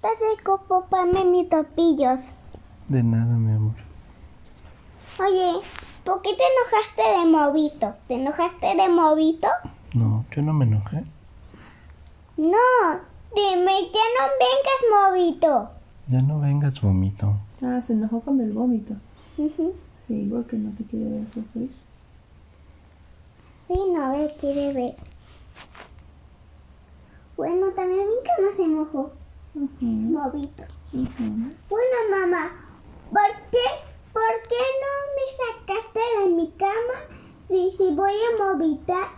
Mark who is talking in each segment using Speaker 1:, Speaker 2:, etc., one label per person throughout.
Speaker 1: Te dejo poparme mis topillos.
Speaker 2: De nada, mi amor.
Speaker 1: Oye, ¿por qué te enojaste de Movito? ¿Te enojaste de Movito?
Speaker 2: No, yo no me enojé.
Speaker 1: No, dime, ya no vengas, Movito.
Speaker 2: Ya no vengas, vomito.
Speaker 3: Ah, se enojó con el vómito.
Speaker 1: Ujú.
Speaker 3: Sí, porque no te quiere ver sufrir.
Speaker 1: Sí, no me quiere ver. Bueno, también mi cama se mojó,
Speaker 3: Ujú,
Speaker 1: Movito.
Speaker 3: ujú.
Speaker 1: Bueno, mamá, ¿por qué, por qué no me sacaste de mi cama si, si voy a movitar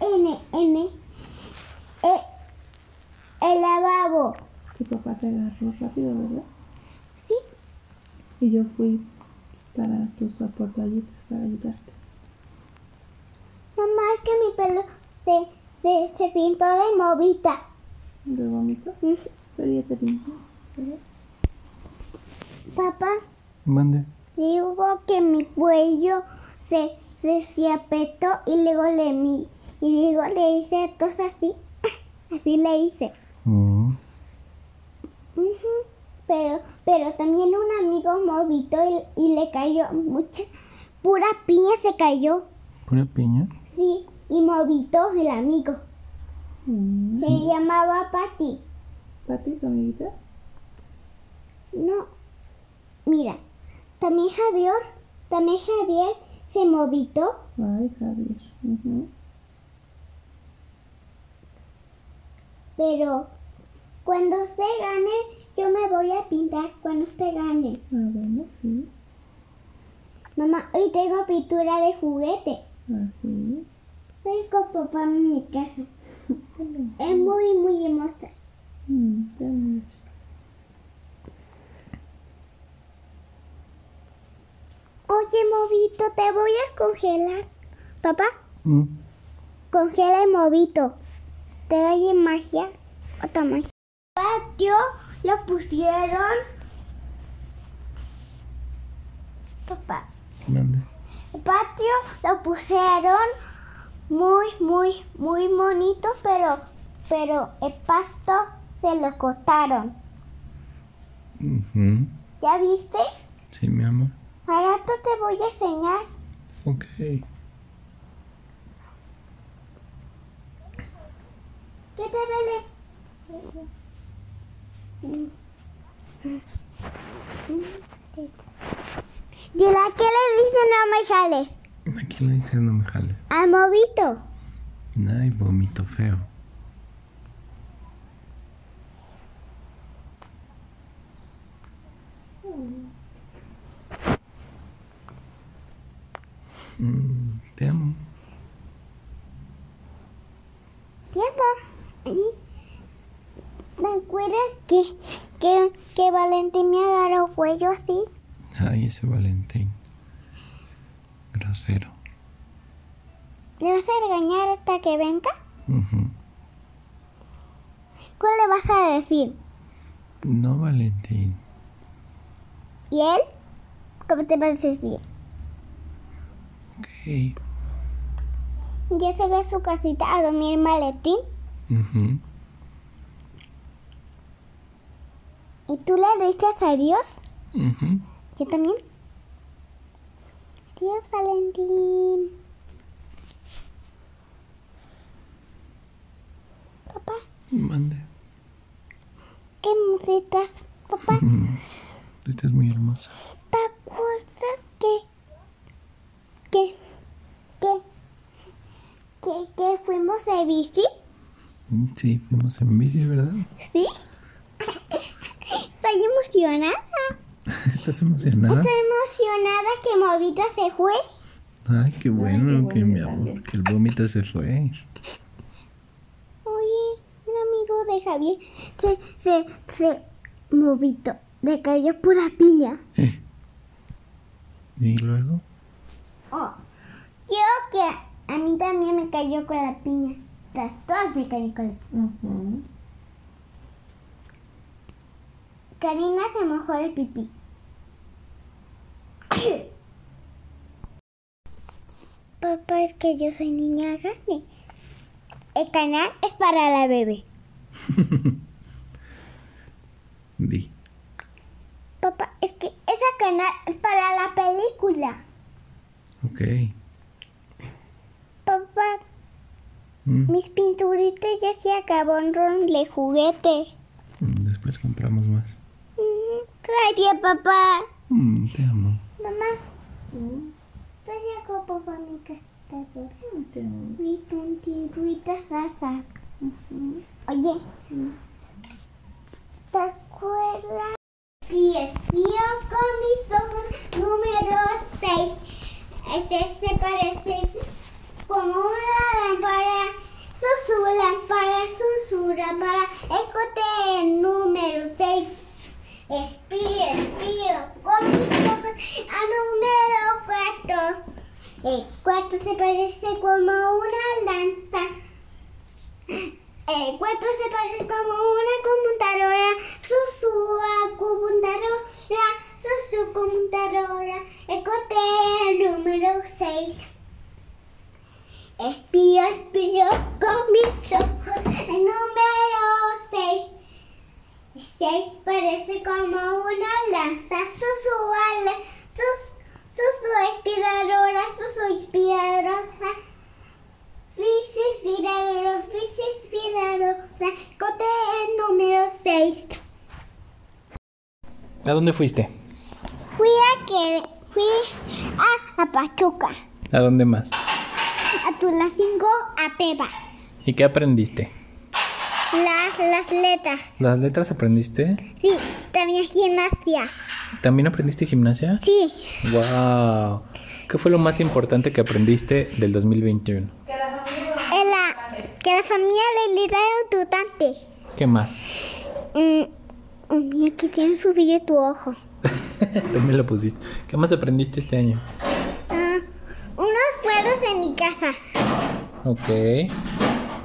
Speaker 1: en, el- en, el- eh, el lavabo?
Speaker 3: Tu papá te agarró rápido, ¿verdad?
Speaker 1: Sí,
Speaker 3: Y yo fui para tus aportallitas, para ayudarte.
Speaker 1: mamá, es que mi pelo se, se, se pintó de movita.
Speaker 3: ¿De vómito? Pero ya te limpió.
Speaker 1: Papá,
Speaker 2: Mande.
Speaker 1: digo que mi cuello se, se, se apretó y luego le mi, y luego le hice tos así, así le hice.
Speaker 2: Mm,
Speaker 1: Ujú, Pero, pero también un amigo movito y, y le cayó mucha, pura piña se cayó,
Speaker 2: ¿Pura piña?
Speaker 1: sí, y movito el amigo.
Speaker 3: Mm.
Speaker 1: Se llamaba Pati.
Speaker 3: ¿Pati, tu amiguita?
Speaker 1: No, mira, también Javier, también Javier se movitó,
Speaker 3: Ay, Javier. Ujú.
Speaker 1: pero cuando usted gane, yo me voy a pintar cuando usted gane.
Speaker 3: Ah, bueno, sí.
Speaker 1: Mamá, hoy tengo pintura de juguete.
Speaker 3: Ah, Así.
Speaker 1: Soy con papá en mi casa. Es muy, muy hermosa.
Speaker 3: Mm, qué bonito.
Speaker 1: Oye, Movito, te voy a congelar. Papá,
Speaker 2: Mm,
Speaker 1: congela el Movito. ¿Te doy magia? Otra magia. Patio lo pusieron. Papá,
Speaker 2: mande.
Speaker 1: el patio lo pusieron muy, muy, muy bonito, pero, pero el pasto se lo cortaron.
Speaker 2: Ujú.
Speaker 1: ¿Ya viste?
Speaker 2: Sí, mi amor.
Speaker 1: Ahora tú te voy a enseñar.
Speaker 2: Ok.
Speaker 1: ¿Qué te duele? Dile, ¿qué le dice no me jales?
Speaker 2: Aquí le dices no me jale.
Speaker 1: Al movito.
Speaker 2: Ay, vómito feo. Mm, te amo.
Speaker 1: Tiempo. Ahí. ¿Te acuerdas que, que, que Valentín me agarró cuello así?
Speaker 2: Ay, ese Valentín. Grosero.
Speaker 1: ¿Le vas a regañar hasta que venga?
Speaker 2: Ujú.
Speaker 1: ¿Cuál le vas a decir?
Speaker 2: No, Valentín.
Speaker 1: ¿Y él? ¿Cómo te vas a decir?
Speaker 2: Ok.
Speaker 1: Ya se ve su casita a dormir el maletín.
Speaker 2: Ujú.
Speaker 1: ¿Y tú le dices adiós?
Speaker 2: Ujú.
Speaker 1: Yo también. Adiós, Valentín. Papá,
Speaker 2: Mande.
Speaker 1: qué musitas. Papá,
Speaker 2: Esta es muy hermosa.
Speaker 1: ¿te acuerdas que, que, que, que, que fuimos de bici?
Speaker 2: Mm, Sí, fuimos en bici, ¿verdad?
Speaker 1: ¿Sí? Estoy emocionada.
Speaker 2: ¿Estás emocionada?
Speaker 1: Estoy emocionada que Movita se fue.
Speaker 2: Ay, qué bueno,
Speaker 3: qué
Speaker 2: que
Speaker 3: bueno
Speaker 2: mi amor,
Speaker 3: también.
Speaker 2: que el vómito se fue.
Speaker 1: Oye, un amigo de Javier se, se, se movito, le cayó pura piña.
Speaker 2: Y luego,
Speaker 1: Oh, creo que a mí también me cayó con la piña. Las dos me cayó con la piña.
Speaker 3: Ujú.
Speaker 1: Karina se mojó el pipí. Papá, es que yo soy niña grande. El canal es para la bebé.
Speaker 2: entendí.
Speaker 1: Papá, es que esa cana es para la película.
Speaker 2: Ok.
Speaker 1: Papá,
Speaker 2: Mm,
Speaker 1: mis pinturitas ya se acabaron de juguete.
Speaker 2: mm, Después compramos más.
Speaker 1: Mm, Gracias, papá.
Speaker 2: Mm, Te amo.
Speaker 1: Mamá, te llegó papá mi cascador. Mi pinturita sasa. Oye, ¿te acuerdas? Pies, míos con mis ojos número 6. Este se parece como una lámpara. Susura, para susura, para escote número 6. Espío, espío, con mis ojos a número 4. El 4 se parece como una lanza. El 4 se parece como una computadora. Susu, computadora. Susu, computadora. El cote número 6. Espío, espío, con mis ojos. El número 6. 6 parece como una lanza. Susu, ala, sus, susu, inspiradora. Susu, inspiradora. Fisis Firaro, Fisis Firaro, mascote número 6.
Speaker 4: ¿A dónde fuiste?
Speaker 1: Fui a que fui a, a Pachuca,
Speaker 4: ¿A dónde más?
Speaker 1: a Tulacingo, a Peba.
Speaker 4: ¿Y qué aprendiste?
Speaker 1: Las, las letras.
Speaker 4: ¿Las letras aprendiste?
Speaker 1: Sí, también gimnasia.
Speaker 4: ¿También aprendiste gimnasia?
Speaker 1: Sí,
Speaker 4: ¡Wow! ¿Qué fue lo más importante que aprendiste del 2021?
Speaker 1: en la, que la familia Lelita es tutante.
Speaker 4: ¿Qué más?
Speaker 1: Mm, mm, y aquí tiene su brillo tu ojo.
Speaker 4: También lo pusiste. ¿Qué más aprendiste este año?
Speaker 1: Ah, unos cuerdos en mi casa.
Speaker 4: Ok.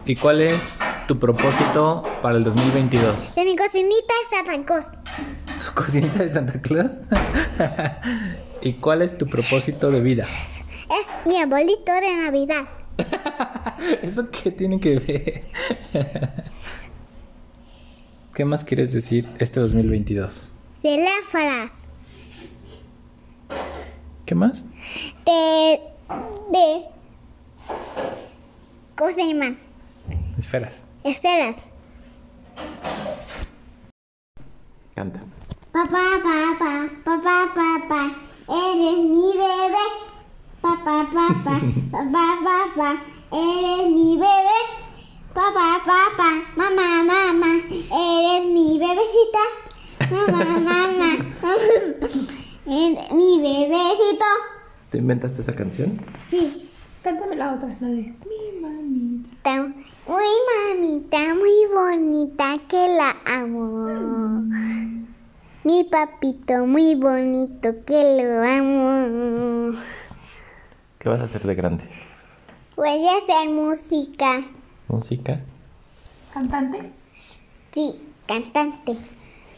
Speaker 4: ¿Y cuál es tu propósito para el 2022?
Speaker 1: De mi cocinita es Satancos.
Speaker 4: ¿Tu cocinita de Santa Claus? ¿Y cuál es tu propósito de vida?
Speaker 1: Es mi abuelito de Navidad.
Speaker 4: ¿Eso qué tiene que ver? ¿Qué más quieres decir este 2022?
Speaker 1: de lámparas,
Speaker 4: ¿Qué más?
Speaker 1: de, de, ¿cómo se llaman?
Speaker 4: Esferas.
Speaker 1: Esferas.
Speaker 4: Canta.
Speaker 1: Papá, papá, papá, papá, eres mi bebé. Papá, papá, papá, papá, eres mi bebé. Papá, papá, mamá, mamá, eres mi bebecita. Mamá, mamá, eres mi bebecito.
Speaker 4: ¿Te inventaste esa canción?
Speaker 1: Sí.
Speaker 3: Cántame la otra, la de mi mamita.
Speaker 1: Tan muy mamita, muy bonita que la amo. Mi papito muy bonito que lo amo.
Speaker 4: ¿Qué vas a hacer de grande?
Speaker 1: Voy a hacer música.
Speaker 4: ¿Música?
Speaker 3: ¿Cantante?
Speaker 1: Sí, cantante.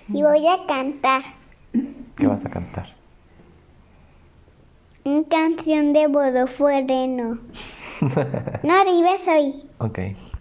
Speaker 1: Y voy a cantar
Speaker 4: ¿Qué vas a cantar?
Speaker 1: una canción de Bodo Fuereno. No dime soy.
Speaker 4: Ok.